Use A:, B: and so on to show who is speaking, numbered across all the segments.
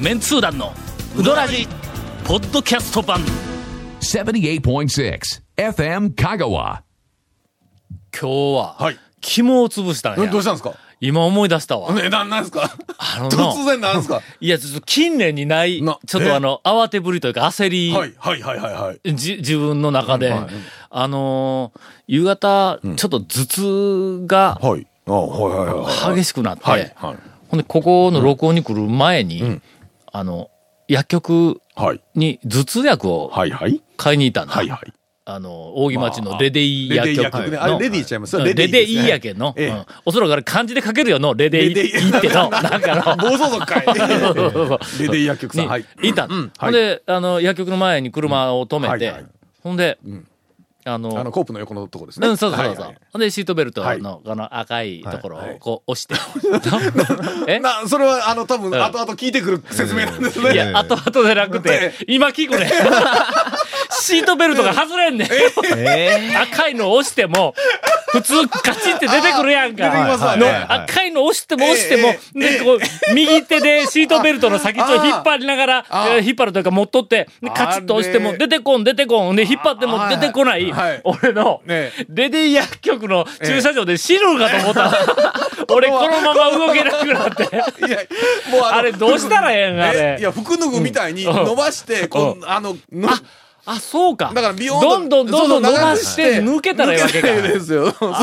A: メンツー団のウドラジポッドキャスト版
B: 78.6 FM Kagawa.
C: 今日は、
D: はい
C: 肝を潰したん
D: え
C: や。
D: どうしたんですか
C: 今思い出したわ。
D: 値段なんですか
C: あのな
D: 突然なんですか
C: いや、ちょっと近年にない、
D: な
C: ちょっとあの、慌てぶりというか焦り、
D: はいはいはいはいはい。
C: じ自分の中で、あのー夕方、ちょっと頭痛が
D: はい。あはいはいはい。
C: 激しくなって、
D: はいはい
C: ほんで、ここの録音に来る前に、あの、薬局
D: はい。
C: に頭痛薬を
D: はいはい。
C: 買いに行ったんだ。
D: はいはい。
C: あの、大木町のレデイ
D: レ
C: 薬
D: デイ
C: 局
D: 薬ね。
C: の
D: あれレディーちゃいます
C: うんレデイやけんの、
D: ええ
C: うんおそらくあれ漢字で書けるよの、レデイ
D: レデイ
C: っての、なんかの。
D: 暴 走族かい。レディー薬局さん。
C: に
D: はい。
C: いた。ほんで、あの、薬局の前に車を止めて、
D: うんはいはい
C: ほんで、あの、
D: あの、コープの横のとこですね。
C: うん、そうそうそうそう。
D: はいはい
C: ほんで、シートベルトの、
D: はい
C: あの、赤いところ
D: はいは
C: を
D: い
C: こう押して。 え
D: な、それは、あの、多分、
C: ん
D: 後々聞いてくる説明なんですね。
C: いや、後々でなくて、今聞 くね。シートベルトが外れんねん。 赤いの押しても、普通カチンって出てくるやんか。
D: 出てきますわねはい
C: の赤いの押しても押しても、
D: え
C: でこう右手でシートベルトの先っちょを引っ張りながら、
D: あ
C: えー引っ張るというか持っとって、でカチッと押して
D: あ
C: も
D: れ
C: 出てこん出てこん、で引っ張っても出てこない
D: はいはい、
C: 俺の
D: ねえ
C: レディ薬局の駐車場で死ぬんかと思った ら、俺このまま動けなくなって。
D: いや、もうの
C: あれどうしたらええんあれ
D: えいや、服脱ぐみたいに伸ばして、こん、あの、の
C: あ、そうか。
D: だからビヨーン
C: どんど
D: と
C: んどんどん伸ばして
D: そうそう
C: 抜けたらいいわけか。
D: 抜たらええですよ。そう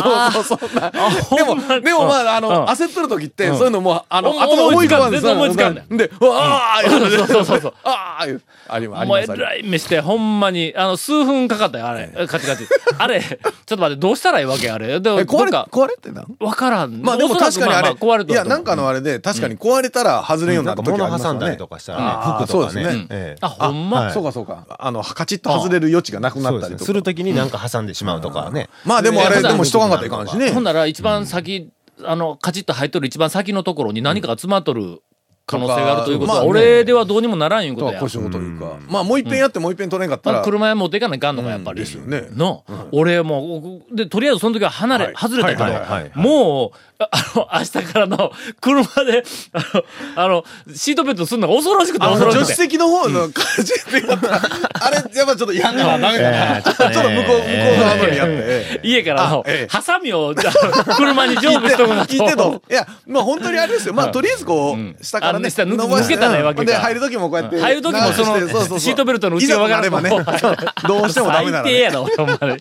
D: そうそう。なで
C: ほんま
D: も、でもまあ、あ
C: うん
D: の、焦っとる時って、そういうのもう、あ
C: 思
D: の、
C: い
D: 頭思い浮かばん
C: 全然思いつかんね
D: で、うわあ
C: そうそうそうそう。
D: ああいうありまあり
C: もう
D: ま
C: え
D: すあります
C: らい目して、ほんまに、あの、数分かかったよ、あれ。カチカチ。あれ、ちょっと待って、どうしたらいいわけあれ。でも、
D: え
C: な
D: 壊
C: ん
D: れ、
C: か、
D: 壊れてな
C: わからん。
D: まあでも
C: おそらく
D: 確かに
C: ま
D: あ
C: ま
D: れ、
C: 壊れと
D: いや、なんかのあれで、確かに壊れたら外れんように
E: な
D: なんった
E: か
D: 時あり
E: 物
D: ます
E: 挟ん
D: か
E: だ
D: ら
E: り
D: ね
E: と。かしたら、
D: うん
E: 服とか
D: あーそう
E: ね
D: で。
E: ええ
C: あ、ほんま。
E: はい
D: そうかそうか。あの、カチッと外れる余地がなくな
E: そ
D: っ
E: う
D: た
E: で
D: りとか
E: すね。す。るときになんか挟んでしまうとかね。
D: まあでもあ
C: え
D: れ、
C: ー
D: でもしとかんかったらいかんしね
C: ほ。んなら、一番先、あの、カチッと入っとる一番先のところに何かが詰まっとる可能性があるということ
D: ま
C: は、
D: あね
C: 俺ではどうにもならんいうこと
D: と
C: や。
D: 腰元というか。まあもう一遍やってもう一遍取れんかった
C: まあ、
D: ら。
C: 車へ持っていかないかんのがやっぱり。
D: ですよね
C: の、俺もう、で、とりあえずその時は離れ、
D: はい
C: 外れたけど、
E: はいはいはい
C: もう、あ あの、明日からの車で、あの、あのシートベルトするのが恐ろしくて
D: あの
C: 恐ろ
D: 助
C: し
D: 手
C: くて。
D: 席の方のカチッてや ったら、あれ、やっぱちょっとやんなはダメだ
E: ええ
D: な。
E: ち
D: ち
E: ょ
D: ょ
E: っ
D: っ
E: と
D: と
E: ね
D: 向こう、向こう側のにやってええ。
C: 家からの
D: あええ、
C: ハサミを、あの車に常
D: 聞
C: 備
D: い
C: してとくの
D: 聞いてと。いや、まあ本当にあれですよ。まあとりあえずこ
C: ん
D: う、下から
C: あの
D: ね、
C: 下抜
D: 伸ばし
C: 抜けたらええわけか
D: で、入る時もこうやって。
C: 入る時もその
D: 流してそうそうそう
C: シートベルトの内側が
D: いざとなれ ばね、そう どうしてもダメ
C: 最
D: ならね
C: 低やろ、ほんまに。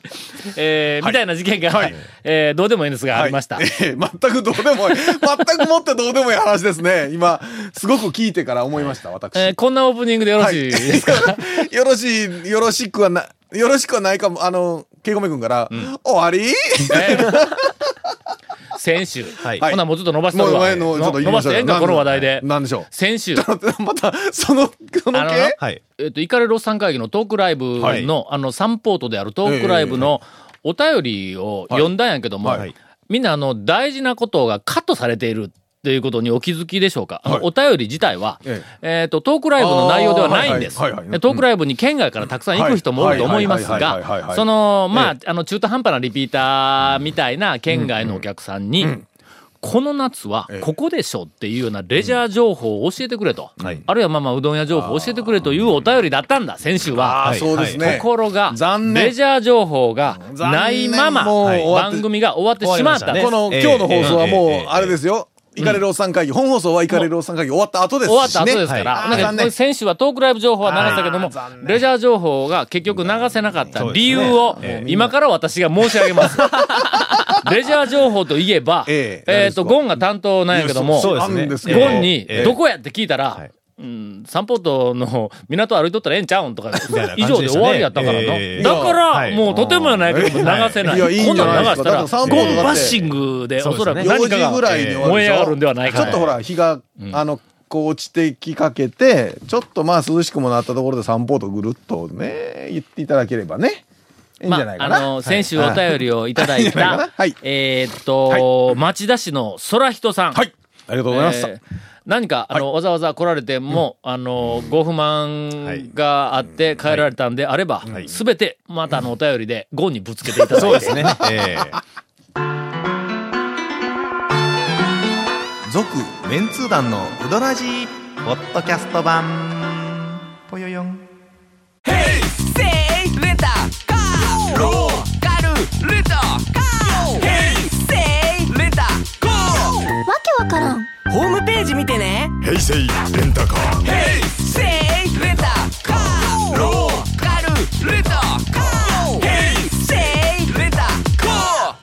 C: えーみたいな事件が、えーどうでもいいんですが、ありました
D: はい。ええ全くどうでもいい。全くもってどうでもいい話ですね。今、すごく聞いてから思いました、私。
C: えーこんなオープニングでよろ
D: は
C: しいですか、
D: よろしい、よろしくはな、よろしくはないかも、あの、ケイコメ君から、終 わり
C: ね先週。
E: はい
C: ほな、もうちょっと伸ばし
D: も
C: と
D: う
C: るわ。
D: 前の、ちょっと言い
C: 伸ば
D: まし
C: し
D: ょう
C: て
D: よ
C: ええんか、この話題で。
D: なんでしょう。
C: 先週、
D: また、その、
C: あ
D: その
C: の
D: 系
E: はい。
C: えっと、イカレロスさん会議のトークライブの、
E: はい
C: あの、サンポートであるトークライブのお便りを読んだんやけども、
E: はいはい
C: みんなあの、大事なことがカットされているっていうことにお気づきでしょうか。あのお便り自体は、えっ
D: え、
C: と、トークライブの内容ではないんです。
D: あーはいはいはいは
C: で
D: い
C: トークライブに県外からたくさん行く人も多いと思います
D: はいはいはいはいはいはい
C: が
D: は、い
C: その、まあ、あの、中途半端なリピーターみたいな県外のお客さんに、この夏は
D: ええ
C: ここでしょっていうようなレジャー情報を教えてくれと。
E: はい
C: あるいはまあまあうどん屋情報を教えてくれというお便りだったんだ、先週は。
D: あ
E: は
D: あ、
E: い
D: そうです
C: と
D: ね。
C: ころが、
D: 残念
C: レジャー情報がないまま、
D: 残念もう終わって
C: 番組が終わってしまった。
E: 終わりましたね
D: この、
E: ええ
D: 今日の放送はもう
E: ええ、
D: あれですよ。イカレローさん会議、本放送はイカレローさん会議終わった後ですし
C: 終
D: ね。
C: わった後ですから、
D: はいあ
C: な
D: ー
C: ん
D: 残
C: か
D: 念
C: 先週はトークライブ情報は流したけども
D: あー残、念
C: レジャー情報が結局流せなかった
E: そうですね
C: 理由を
E: え、え
C: 今から私が申し上げます。レジャー情報といえば、
D: ええ
C: えっと、ゴンが担当なんやけども、
E: そうで
D: あ
E: すね
D: るんですけど
C: ゴンに
E: ええ、
C: どこやって聞いたら
E: はい、
C: うん、散歩道の港歩いとったらええんちゃうんとか
E: いな、感じ
C: 以
E: でしたね
C: 上で終わりやったからな。
E: ええ
C: だか
E: は
C: ら、
E: い
C: もうとてもやないけども流せない。
D: いやいい
C: こ
D: ん
C: ん
D: じゃ
C: な
D: ない
C: ん流し
D: です
C: た
D: か
C: ら、
D: だって散歩
C: ゴ
D: 道だ
C: ン
D: って
C: バッシングで、おそらく
E: そうで
D: 4
E: すね
C: 何か
D: 時ぐ
C: が
D: らいに終わるでしょ
C: 燃え上がるんではないか
D: ちょっとほ
C: と。
D: ら、日が、あの、こう落ちてきかけて、ちょっとまあ涼しくもなったところで散歩とぐるっとね、言っていただければね、いいん
C: ま
D: じゃない
C: あ、
D: か
C: あ
D: な。
C: の、先週お便りをいただい
D: いいんじゃないか
C: た
D: な はい、
C: えーっと、町田市の空人さん。
D: はい。ありがとうございました。
C: えー何か、あの、わざわざ来られても、あの、ご不満があって帰られたんであれば
E: い、
C: すべ、て、またあの、お便りで、ゴンにぶつけていただいて。
E: そうですね。ええ。
F: 続メンツー団のウドラジー
E: ポッドキャスト版ぽよよん
F: セイレンタカーローカルレンタカーヘイセイレンタカー
G: わけわからん
F: ホームページ見てねヘイセイレンタカーヘイセイレンタカーローカルレンタカーヘイセイレンタカー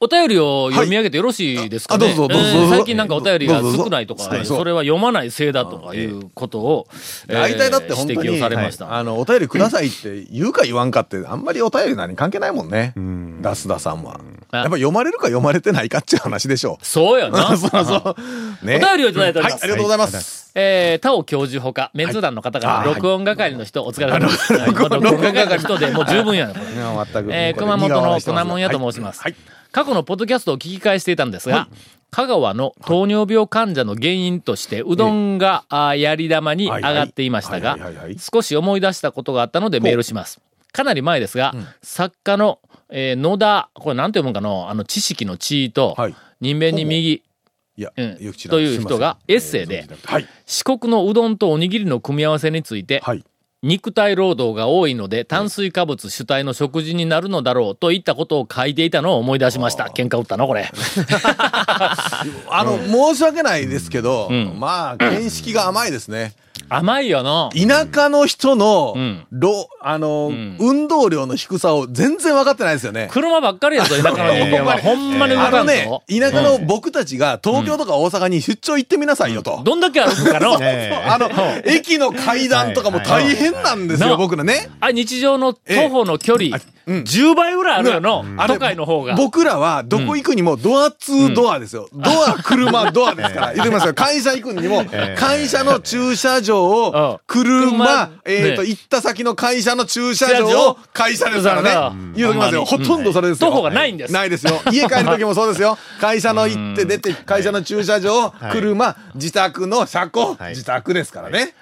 C: お便りを読み上げてよろしいですかね、
D: はいあどうぞどうぞどうぞ
C: 最近なんかお便りが少ないと
D: どう
C: か、
D: ぞどうぞそう
C: それは読まないせいだとかいうことを、えー
D: 大体だって本当
C: 指摘
D: に、
C: をされました。
D: はいあの、お便りくださいって言うか言わんかって、あんまりお便りなに関係ないもんね。ダスダさんは。
C: あ
D: やっぱ読まれるか読まれてないかっていう話でしょう。
C: そうやな。
D: そうそう。ね。
C: お便りをいただいており
D: はい、
C: ま
D: あ
C: す
D: りがとうございます。
C: えー、タオ教授ほか、メンズ団の方が、
D: はいあー
C: 録音係の人、お疲れ様です。はいもう録音係の人でもう十分やな、これ
D: いや全く
C: えー熊本の粉もんやと申します、
D: はい。
C: 過去のポッドキャストを聞き返していたんですが、香川の糖尿病患者の原因として、うどんが、あーやり玉に上がっていましたが
D: はいはいはいはいはい、
C: 少し思い出したことがあったのでメールします。かなり前ですが、作家の、えー野田、これなんて読むんかの、あの、知識の地位と
D: はい、
C: 人弁に右、
D: いや、
C: うん
D: ゆきちな
C: という人がエッセイで、
D: はい。
C: 四国のうどんとおにぎりの組み合わせについて、
D: はい。
C: 肉体労働が多いので炭水化物主体の食事になるのだろうといったことを書いていたのを思い出しました喧嘩売ったのこ れ
D: あの、申し訳ないですけど、
C: ん
D: まあ、見識が甘いですね。
C: 甘いよな
D: 田舎の人の
C: ん、
D: ろ、あの、
C: ん
D: 運動量の低さを全然分かってないですよね。
C: 車ばっかりやぞ田舎の人間はほんまに動
D: あ
C: か
D: の
C: ん
D: ね
C: ぞ、、
D: 田舎の僕たちが東京とか大阪に出張行ってみなさいよと。
C: どんだけ歩くか の
D: あの、駅の階段とかも大変なんです
C: は
D: よ、
C: い
D: 僕らね。
C: あ日常の徒歩の距離
D: うん
C: 10倍ぐらいあるよの
D: あれ
C: 都会の方が
D: 僕らはどこ行くにもドア2ドアですよ。ドア、車、ドアで すから。言ってみますよ。会社行くにも、会社の駐車場
C: うん
D: を、
C: 車
D: 車、えっと、
C: ね
D: 行った先の会社の駐車場を会社ですか
C: だから
D: ら
C: う
D: ね
C: ん。
D: 言うときますよ。
C: ほ
D: ほ
C: んまに
D: とんどそれですよ。
C: 徒歩がないんです
D: ないですよ。家帰る時もそうで すよ。会社の行って出て、会社の駐車場、車、自宅の車庫、
E: い
D: 自宅ですからね。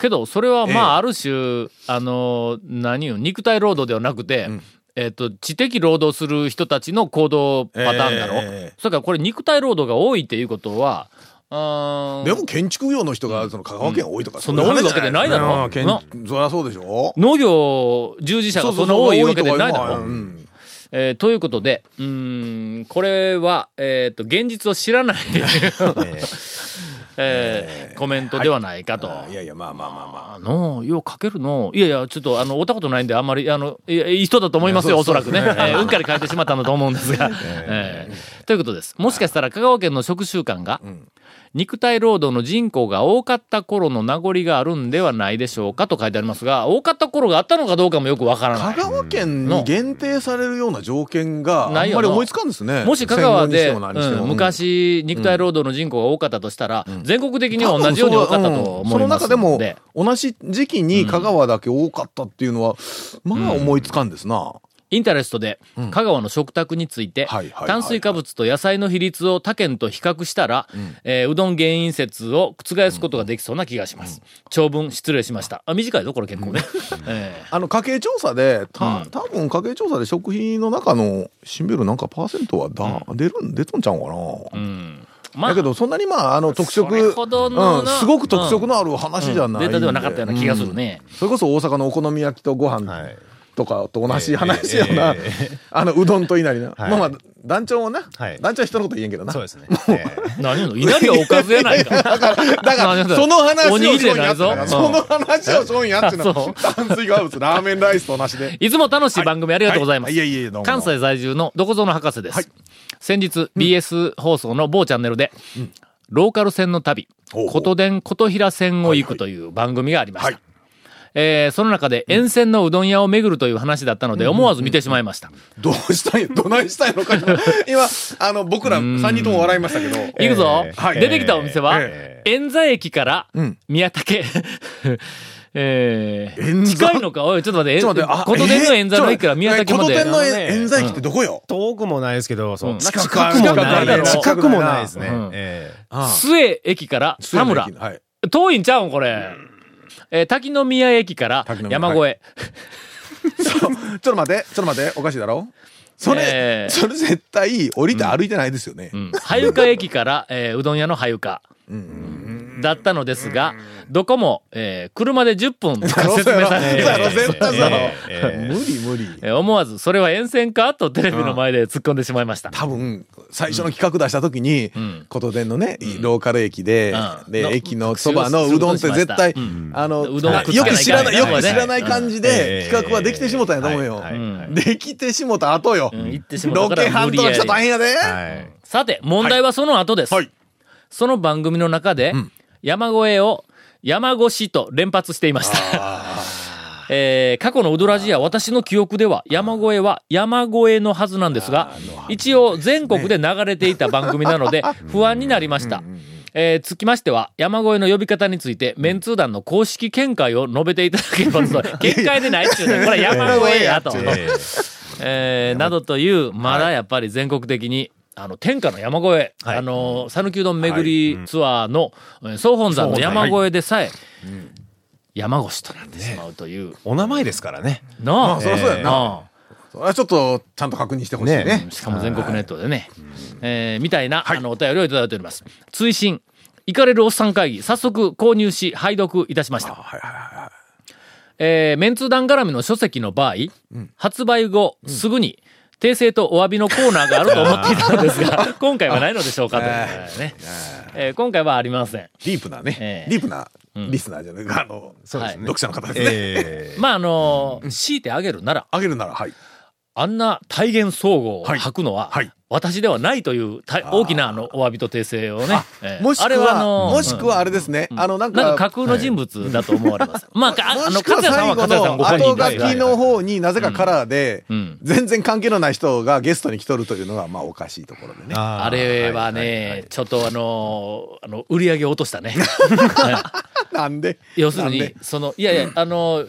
C: けどそれは
D: ええ
C: まあある種あの何よ肉体労働ではなくて、えっと知的労働する人たちの行動パターンだろ、
D: ええ
C: それからこれ肉体労働が多いっていうことはうーん
D: でも建築業の人がその香川県多いとか、
C: そんな多いわけでないだろ
D: うん建
C: な
D: そりゃそうでしょ
C: 農業従事者がそんな多いわけでないだろ、えーということでうーんこれは、えっと現実を知らない、 えーコメントではないかと。
D: いやいや、まあまあまあまあ。
C: あのよう書けるのいやいやちょっとあの追ったことないんであんまりあのいやいい人だと思いますよおそらくね、えーうんかり書いてしまったんだと思うんですが、 えーということですもしかしたら香川県の食習慣が、肉体労働の人口が多かった頃の名残があるんではないでしょうかと書いてありますが多かった頃があったのかどうかもよくわからな
D: 香
C: い
D: 川県に限定されるような条件が、あん
C: な
D: ま
C: い
D: り
C: よな
D: 思いつかんですね。
C: もし香川で、
D: 戦後にしても何しても
C: うん昔肉体労働の人口が多かったとしたら、全国的には同じように多かったと
D: うんそ
C: 思い
D: の
C: ます
D: 中
C: ので
D: でも、同じ時期に香川だけ多かったっていうのは、まあ思いつかんですな。
C: インタレストで、香川の食卓について
D: はいはいは、い
C: 炭水化物と野菜の比率を他県と比較したら、えーうどん原因説を覆すことができそうな気がします。長文失礼しました。あ、短いぞ、これ結構ね。 え
D: あの、家計調査で、た、
C: うん
D: 多分家計調査で食費の中の占めるなんかパーセントはだ、出るん、出とんちゃうんかな。
C: ーうん。ま
D: だけど、そんなにまあ、あの、特色、
C: それほどの
D: うん、
C: な
D: すごく特色のある話じゃない
C: デ
D: んで、
C: ータではなかったような気がするね。
D: それこそ大阪のお好み焼きとご
E: は
D: 飯
E: い
D: とかと同じ話やな、
E: えええ
D: あのうどんといなりな、
E: はい
D: まあまあ団長もな、
E: はい
D: 団長は人のこと言えんけどな
E: そうですね、え
C: 何言うのいなりはおかずやないか。
D: だ
C: なる
D: か
C: ほ
D: ら
C: ど
D: その話
C: お
D: を
C: にぎり
D: し
C: で
D: ょん
C: な
D: や
C: い
D: っ
C: ぞ
D: てなその話をしょんやっての
C: あそう
D: 炭水化物ラーメンライスと同じで
C: いつも楽しい番組ありがとうございま
D: は
C: す
D: い。いえいえどうも
C: 関西在住のどこぞの博士です。先日 BS 放送の某チャンネルで、ローカル線の旅、
D: ほうほう
C: 琴電琴平線を行くという番組がありました。
D: はい
C: えーその中で沿線のうどん屋を巡るという話だったので思わず見てしまいました。
D: どうしたいどないしたいのか 今今あの僕ら3人とも笑いましたけど
C: 行くぞ、
D: はい
C: 出てきたお店は、
E: え
C: 円座駅から
D: ん
C: 宮武。 えー
D: 円座
C: 近いのかおい、ちょっと待って、
D: ちょっと待ってあ
C: 琴電の円座の駅から
D: え
C: 宮武まで。
D: え琴天の円座駅ってどこよ、
E: 遠くもないですけど、そう
C: うん
E: 近く
D: 近
E: も
D: くは
E: な
D: ないいだろう
E: 近くもないですね、
C: うん
E: ええ
D: ああ
C: 末駅から田村。
D: はい
C: 遠いんちゃうんこれ。えー滝の宮駅から
D: 滝の宮
C: 山越え。
D: そうちょっと待って、ちょっと待って、おかしいだろそれ、
C: えー
D: それ絶対降りて歩いてないですよね。
C: うん。はゆか駅から、えーうどん屋のはゆか。だったのですが、どこも、えー車で10分とか説明されて
D: え
C: い
D: え
C: ま
D: そうや
C: す
D: ろ絶対そうやろ
E: ええええ
D: 無理無理。
C: えー思わず、それは沿線かとテレビの前で突っ込んでしまいました。
D: 多分、最初の企画出した時に
C: ん、
D: 琴電のね、ローカル駅で、
C: うん
D: で
C: の、
D: 駅のそばのうどんって絶対
C: う、
D: あの、
C: うどんは
D: あ
C: 食っちゃ
D: よ
C: いけ
D: く
C: ない
D: 知らない、よ
C: からね
D: く知らない感じで、企画はできてしもたんやと思うよ
E: は。いはいはい
D: できてしもた後よ。
C: うん行ってしま
D: ロ
C: ったか
D: ケ
C: ら
D: ハ
C: 無
D: ン
C: 理
D: と
C: や
D: か
C: り
D: 来たら大変やで。
E: はい
C: さて、問題はその後です。
D: はい
C: その番組の中で、山越えを山越しと連発していました。 えー過去のウドラジや私の記憶では山越えは山越えのはずなんですが、一応全国で流れていた番組なの で不安になりました。えーつきましては、山越えの呼び方について、メンツー団の公式見解を述べていただければと、見解でないっちゅうねん。これは山越えやと。
E: ええ
C: えーなどという、まだやっぱり全国的に、あの、天下の山越え、
E: はい
C: あの、讃岐うどん巡りツアーの、えー総本山の山越えでさえ、山越しとなってしまうという、
E: お名前ですからね。
C: な
D: まあそりゃそうやな
C: な
D: それはちょっと、ちゃんと確認してほしいね
E: ね。
C: しかも全国ネットでね、えーみたいな、あの、お便りをいただいております。追伸、行かれるおっさん会議、早速購入し、拝読いたしました。えーメンツー団絡みの書籍の場合、発売後、すぐに、訂正とお詫びのコーナーがあると思っていたのです が、今回はないのでしょうかということでね。えー今回はありません。
D: ディープな
C: え
D: ね
C: え。
D: ディープなリスナーじゃないあの、
E: そうですね。
D: 読者の方ですね。
E: ええ
C: まあ、あのー強いてあげるなら、
D: あげるなら、はい。
C: あんな体現総合を
D: はい
C: 吐くのは、
D: はい
C: 私ではないという大大きなあのお詫びと訂正をね。えー
D: もし
C: あ
D: く
C: れはあの
D: は、
C: ー
D: もしくはあれですね。あの、な
C: うんんなん
D: か
C: か架、空の人物だと思われます。まあ、かあ
D: も
C: の、
D: しく
C: 勝
D: は
C: 也さん
D: 最
C: は勝也さん
D: 後
C: ご本
D: の
C: 人です
D: 後書きの方になぜかカラーで
C: うん、
D: 全然関係のない人がゲストに来とるというのが、まあおかしいところでね。
E: あー
C: あれはね、
E: いいい
C: ちょっとあのーあの、売り上げを落とした ね。
D: なんで
C: 要する
D: なん
C: に
D: で、
C: その、いやいや、あのー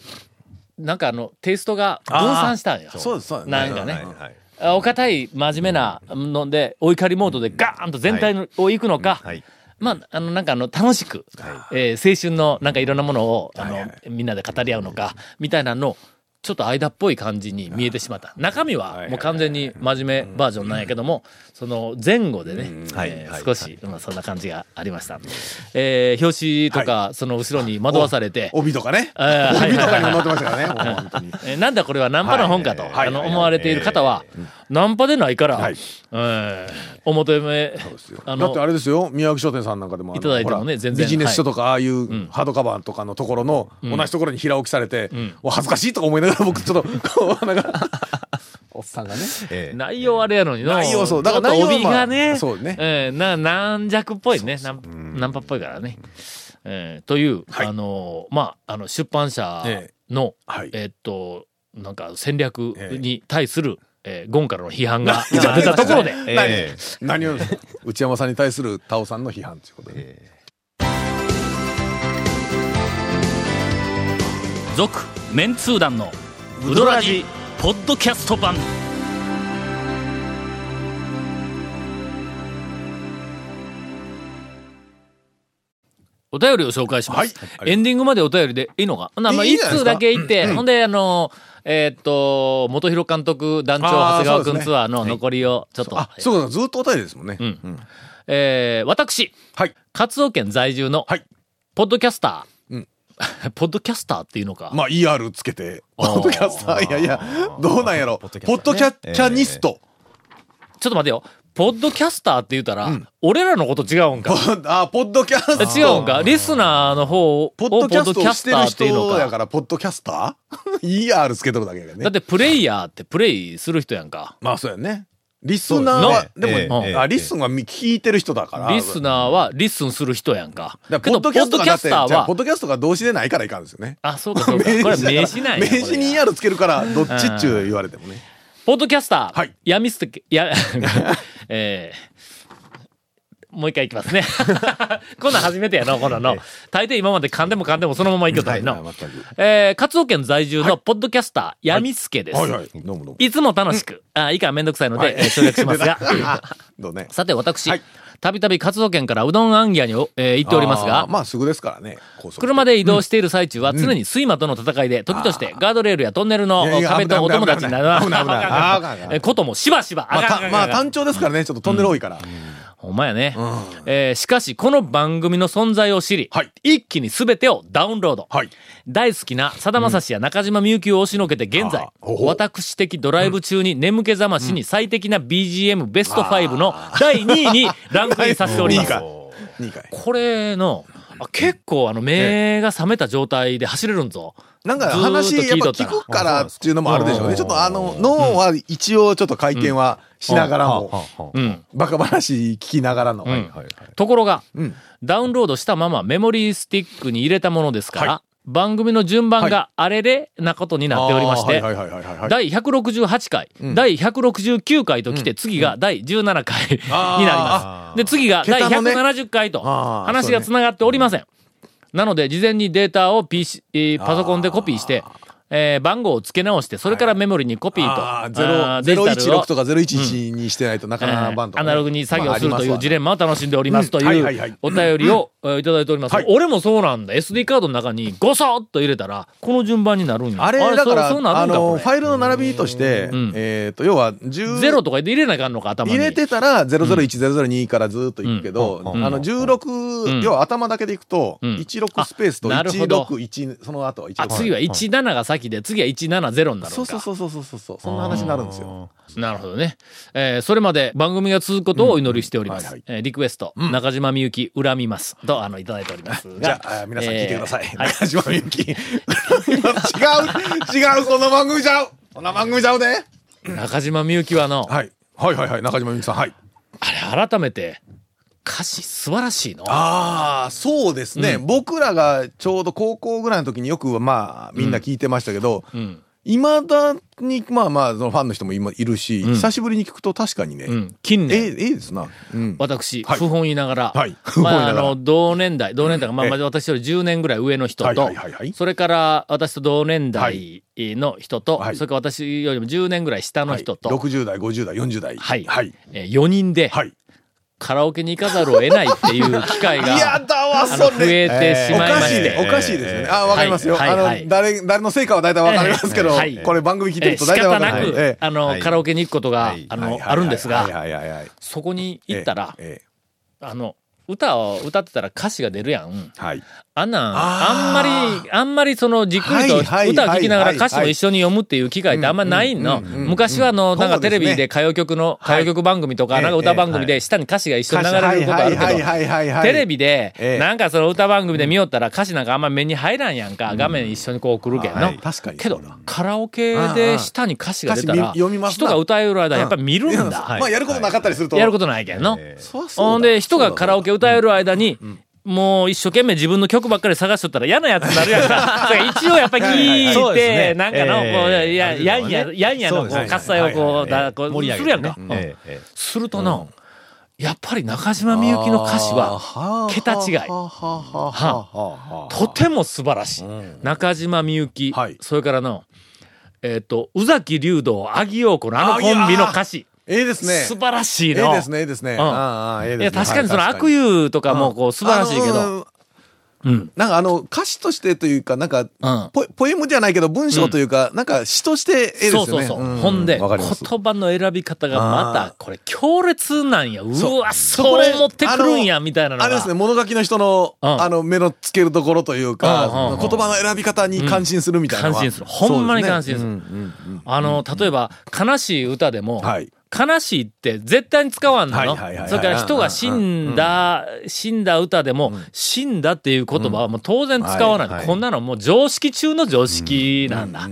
C: なんかあの、テイストが分散したんよ。
D: そうですそうです
C: なんかね。
E: はいはい
C: あお堅い真面目なので、お怒りモードでガーンと全体のを行くのか、
E: はい
C: まあ、あの、なんかあの、楽しく、えー青春のなんかいろんなものを、あの、みんなで語り合うのか、みたいなのを、ちょっと間っぽい感じに見えてしまった。中身はもう完全に真面目バージョンなんやけども、その前後でね、
E: はい
C: えー
E: はい
C: 少し、まあそんな感じがありました。えー表紙とか、その後ろに惑わされて、
D: 帯とかね。
C: えーはい
D: 帯とかにも載ってましたからね。もう本当に。
C: えーなんだこれはナンパの本かと、
E: はいはい
C: あの
E: はい
C: 思われている方は、ナンパでないから、
D: はい
C: えー表目あ
D: だってあ
C: の
D: れですよ、宮城商店さんなんかでもあの、
C: いただいてもね
D: ほら
C: 全然
D: ビジネス書とか、ああいうハードカバーとかのところの、同じところに平置きされて、お恥ずかしいとか思いながら、僕ちょっと、こう、なんか、おっさんがね。
E: ええ
C: 内容あれやのにな
D: 内容そうだから
C: ちょっと
D: 内
C: 帯
D: 容はまあ
C: がね
D: そうね
C: えーな軟弱っぽいねナンナンパっぽいからね、えーという、あのーまああの出版社
D: え
C: の、え
D: はい
C: ーっとなんか戦略に対する、えーゴンからの批判 が出
D: いや
C: たところで、
E: ええ
D: 何を、内山さんに対する田尾さんの批判ということで。
A: 続メンツー団のウドラジポッドキャスト版
C: お便りを紹介します。
D: はい
C: エンディングまでお便りでいいのかなまあ、
D: いい
C: 一
D: んじゃない
C: 通
D: ですか
C: だけ行って、ほんで、あの、えーっと、元広監督団長長
D: あー
C: 谷川
D: そう
C: く
D: で
C: ん
D: すね
C: ツアーの残りをちょっと、
D: あ、そうか、ずっとお便りですもんね。
C: んえー私、
D: はい。
C: 活動県在住の
D: はい、
C: ポッドキャスター、
D: う
C: ポッドキャスターっていうのか。
D: まあ ER つけて、ポッドキャスター、いやいや、どうなんやろ。ポ
E: ポッドキャスタ
D: ッドキ
E: ーね
D: ャキャニスト。
C: ちょっと待てよ。ポッドキャスターって言ったら、俺らのこと違うん
D: ポ
C: か。
D: ッあ、ポッドキャスター。
C: 違うんか。リスナーの方を
D: ポ
C: ポ
D: ッド
C: ッ
D: キャ
C: ド
D: スト
C: キ
D: を
C: ャ
D: し
C: ス
D: て
C: ター
D: る
C: っていうの
D: 人や
C: か。
D: から、ポッドキャスター ?ER つけとるだけや
C: だ
D: ね
C: っ。てプレイヤーってプレイする人やんか。
D: まあそうやね。リスナーは
E: そ、うですね
D: でも、
E: ええ
D: あ、
E: ええ
D: リスンは聞いてる人だから。
C: リスナーはリスンする人やんか。
D: だ
C: け
D: から
C: ど、
D: ポ
C: ポッ
D: ッドキャス
C: ド
D: トが
C: キ
D: だ
C: ャ
D: っ
C: ス
D: て、
C: ター
D: じゃあ
C: は
D: ポッ、ドキャストが動詞でないからいかんですよね。
C: あ、そうか、そうか。これは名詞なんや。
D: 名詞
C: こ
D: に
C: れ
D: ER つけるから、どっちっちゅう言われてもね。
C: ポッドキャスター。
D: はい
C: やみすとけ、や、 えーもう一回いきますね。 こんなん初めてやな、こんなの。大抵今まで噛んでも噛んでもそのままいけたいの。
D: 全く。
C: えー、カツオ県在住のポッドキャスター、やみすけです。
D: はいはい。どうもどうも。
C: いつも楽しく。あ、以下はめんどくさいので、えー省略します が。
D: どうね。
C: さて、私
D: はい、
C: たびたび活動圏からうどんあんぎゃにお、えー行っております
D: あー
C: が、
D: まあすぐですからね、高速
C: 車で移動している最中は常に睡魔との戦いで、時としてガードレールやトンネルの
D: いやいや
C: 壁とお友達になる
D: 危ない危ない危ない危ない危ない危ない危ない
C: えこともしばしば。
D: まあ
C: あかんあ
D: た
C: かん
D: まあ
C: あかん
D: 単調ですからね、ちょっとトンネル多いから。
C: ほんまやね。えーしかし、この番組の存在を知り、一気に全てをダウンロード。
D: はい
C: 大好きなさだまさしや中島みゆきを押しのけて現在、私的ドライブ中に眠気覚ましに最適な BGM ベスト5の第2位に ランクインさせております。
D: 2回。
C: これの、あ結構あの目が覚めた状態で走れるんぞ。
D: なんか
C: ずーっと
D: 話やっぱ
C: 聞い
D: 聞
C: とっ
D: くからっていうのもあるでしょうね。ちょっとあの、脳は一応ちょっと回転はしながらも、
C: うん。
D: バカ話聞きながらの。
C: んところが、ダウンロードしたままメモリースティックに入れたものですから、番組の順番があれれなことになっておりまして、
D: あーはいはいはいはいはい。
C: 第168回、第169回と来て、次が第17回になります。で、次が第
D: 桁のね
C: 170回と、
D: あー
C: 話が繋がっておりません。なので、事前にデータを PC、えーパソコンでコピーして、えー番号を付け直して、それからメモリにコピーと、
D: あ
C: あ
D: ー
C: ー
D: ゼ
C: デ
D: ロ
C: ジタルを
D: 016とか011にしてないとなかなかバンと
C: ア
D: かね、
C: ナログに作業するというジ
D: 例
C: レンマを楽しんでおりますと
D: はい
C: い
D: はいは
C: う
D: い
C: お便りをえーいただいております。俺もそうなんだ。SD カードの中にゴソッと入れたら、この順番になるんや。
D: あれだから、
C: そうそうな
D: あ
C: るんか、こ
D: の、
C: れ
D: ファイルの並びとして、
C: ん
D: えっと、要は、10
C: ゼロとかで入れなきゃあかんのか、頭に。
D: 入れてたら、001002からずっといくけど、あの、16、要は頭だけでいくと、
C: ん
D: 16スペースと
C: あなるほど
D: 161、その後は161。
C: あ、次は17が先で、次は170になるのか。
D: そうそうそうそうそうそう、そんな話になるんですよ。
C: なるほどね。えーそれまで番組が続くことをお祈りしておりま
D: うんは
C: す
D: いはい。
C: えーリクエスト、中島みゆき、恨みます。と、あの、いただいておりますが。
D: じゃあ、あー皆さん聞いてください。
C: えーはい
D: 中島みゆき。 違う、違う、この番組ちゃう。こんな番組ちゃうで。
C: 中島みゆきはあの、
D: はい。はいはいはい、中島みゆきさん。はい。
C: あれ改めて、歌詞素晴らしいの。
D: ああ、そうですね、僕らがちょうど高校ぐらいの時によく、まあ、みんな聞いてましたけど、
C: うん。
D: いまだに、まあまあ、そのファンの人も今いるし、久しぶりに聞くと確かにね、
C: うん。近
D: ええ
C: 年。
D: ええですな。うん。
C: 私、
D: はい
C: 不本意ながら、
D: はい不本意な
C: まあ、
D: が
C: あ
D: ら
C: の、同年代、同年代が、まあ、
D: ええ
C: まず私より10年ぐらい上の人
D: はい
C: と
D: はいはいはい、
C: それから私と同年
D: は
C: 代の人と、
D: はい
C: それから私よりも10年ぐらい下の人と、
D: はい、60代、50代、40代。
C: はい。
D: はい。
C: えー4人で、
D: はい。
C: カラオケに行かざるを得ないっていう機会が、
D: やだわ、
C: あの、
D: そ
C: 増
D: れ。
C: えてし
D: お
C: まいま
D: かし
C: し
D: いね
C: て。。
D: おかしいですよね。あー、わかりますよ。
C: はいはいは
D: あ
C: い
D: の、誰、誰の成果は大体わかりますけど、
C: ええはい
D: これ番組聞いて
C: え
D: る
C: ー
D: と
C: 仕
D: 大体わ
C: 方
D: か
C: な
D: る。
C: く、
D: え
C: あの、
E: はい
C: カラオケに行くことが
E: はい、
C: あ
D: え
C: の、あるんです
D: はい
C: が、
D: はいはいはい。
C: そこに行ったら、
D: ええ
C: あの、歌を歌ってたら歌詞が出るやん。
D: はい。
C: あんなん、
D: あ
C: あんまり、あんまりその、じっくりと
D: はい
C: 歌を
D: はい
C: 聴きながら
D: はい
C: 歌詞も一緒に読むっていう機会ってあんまないの。
D: うんうんうんうん
C: 昔はあの、なんかテレビ
D: そう
C: で
D: で
C: 歌謡曲の、歌
D: はい
C: 謡曲番組とか、なんか歌番組で下に歌詞が一緒に流れることあるけど、
D: いはいは
C: テレビで、
D: ええ
C: なんかその歌番組で見よったら歌詞なんかあんま目に入らんやんか、画面一緒にこう来るけど
D: はい確かに
C: けど、カラオケで下に歌詞が出た
D: うんうん
C: ら、
D: 歌詞見読みますな
C: 人が歌える間やっぱ見るんだ。
D: まあ、やることなかったりすると。
C: やることないけんの。
D: そりゃそうだ
C: ほんで、人がカラオケ歌える間に、もう一生懸命自分の曲ばっかり探しとったら嫌なやつになるやんか。それ一応やっぱ聞
E: はいはいいです
C: て、
E: ね
C: なんかの、こう、
E: ええ
C: や、
E: ある
C: や
E: 程
C: ん
E: 度は
C: や、やんやの、こ
E: そう
C: う、
E: ですね
C: 喝采をこう、
E: はいはい
C: だこう、するやんか。うん
E: えええ
C: するとの、やっぱり中島みゆきの歌詞は、桁違い。はとても素晴らしい。中島みゆき、
D: はい
C: それからの、えっ、と、宇崎竜道、阿木陽子のあのコンビの歌詞。
D: ええですね。
C: 素晴らしい
D: え
C: の。
D: えですね、ええですね。
C: ん
D: ああええ
C: い
D: で
C: や、
D: すね
C: 確かにその
D: はい
C: 悪友とかもこう素晴らしいけど。
D: あのー
C: うん。
D: なんかあの、歌詞としてというか、なんか、
C: うん
D: ポポエムじゃないけど、文章というか、なんか詩として絵です
C: そう
D: よね。
C: そうそう。
D: ん
C: ほんで、
D: わかります。
C: 言葉の選び方がま
D: あ
C: た、これ強烈なんや。う
D: そう
C: わ、そう思ってくるん
D: あ
C: や、
D: の
C: みたいなのが。
D: あれですね、物書きの人の、
C: うん
D: あの、目のつけるところというか、
C: うんうんうん
D: 言葉の選び方に感心するみたいなのは、
C: うん感心するほんまに感心する
D: そうですねうんうんうん
C: あの、例えば、悲しい歌でも、
D: はい
C: 悲しいって絶対に使わんの、
D: はいはいはいはい
C: それから人が死んだ、死んだ歌でも、死んだっていう言葉はもう当然使わない。
D: はいはい
C: こんなのもう常識中の常識なんだ。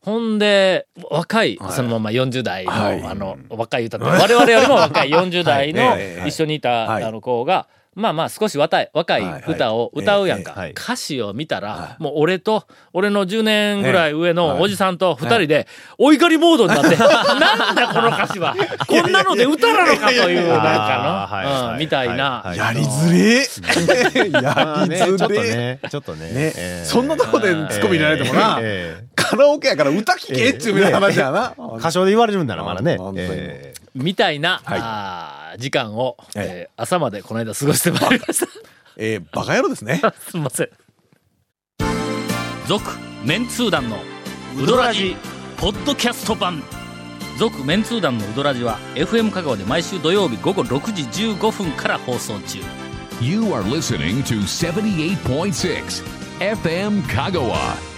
C: ほんで、若い、そのまま40代の、
D: はい
C: あの、若い歌って、我々よりも若い40代
D: は
C: の
D: いええはい
C: 一緒にいた、
D: はい
C: あの子が、まあまあ少し若い、若い歌を歌うやんか。
E: はいはいええええ
C: 歌詞を見たら、もう俺と、俺の10年ぐらい上のおじさんと二人で、お怒りモードになって、なんだこの歌詞は、こんなので歌なのかという、なん
E: あーはい
C: か
E: は
C: の、
E: い
C: みたい
E: は
C: な。
E: い
D: やりづれえ
E: ま
D: や
E: あ
D: り
E: ね
D: づれえ、
E: ちょっとね。
D: ね
E: ええ
D: そんなとこで突っ込み入れられてもな、
E: ええ
D: カラオケやから歌聞けっちゅうみたいな話やな。
E: 歌唱で言われるんだな、まだね
D: あ本。当に
E: え
C: みたいな、
D: はい
C: あー時間を、
D: え
C: えー朝までこの間過ごしてまいりまし
D: えー、バカ野郎ですね。
C: た。すいません。
A: 続メンツー団のウドラジポッドキャスト版
C: 続メンツー団のウドラジは FM 香川で毎週土曜日午後6時15分から放送中
B: You are listening to 78.6 FM Kagawa.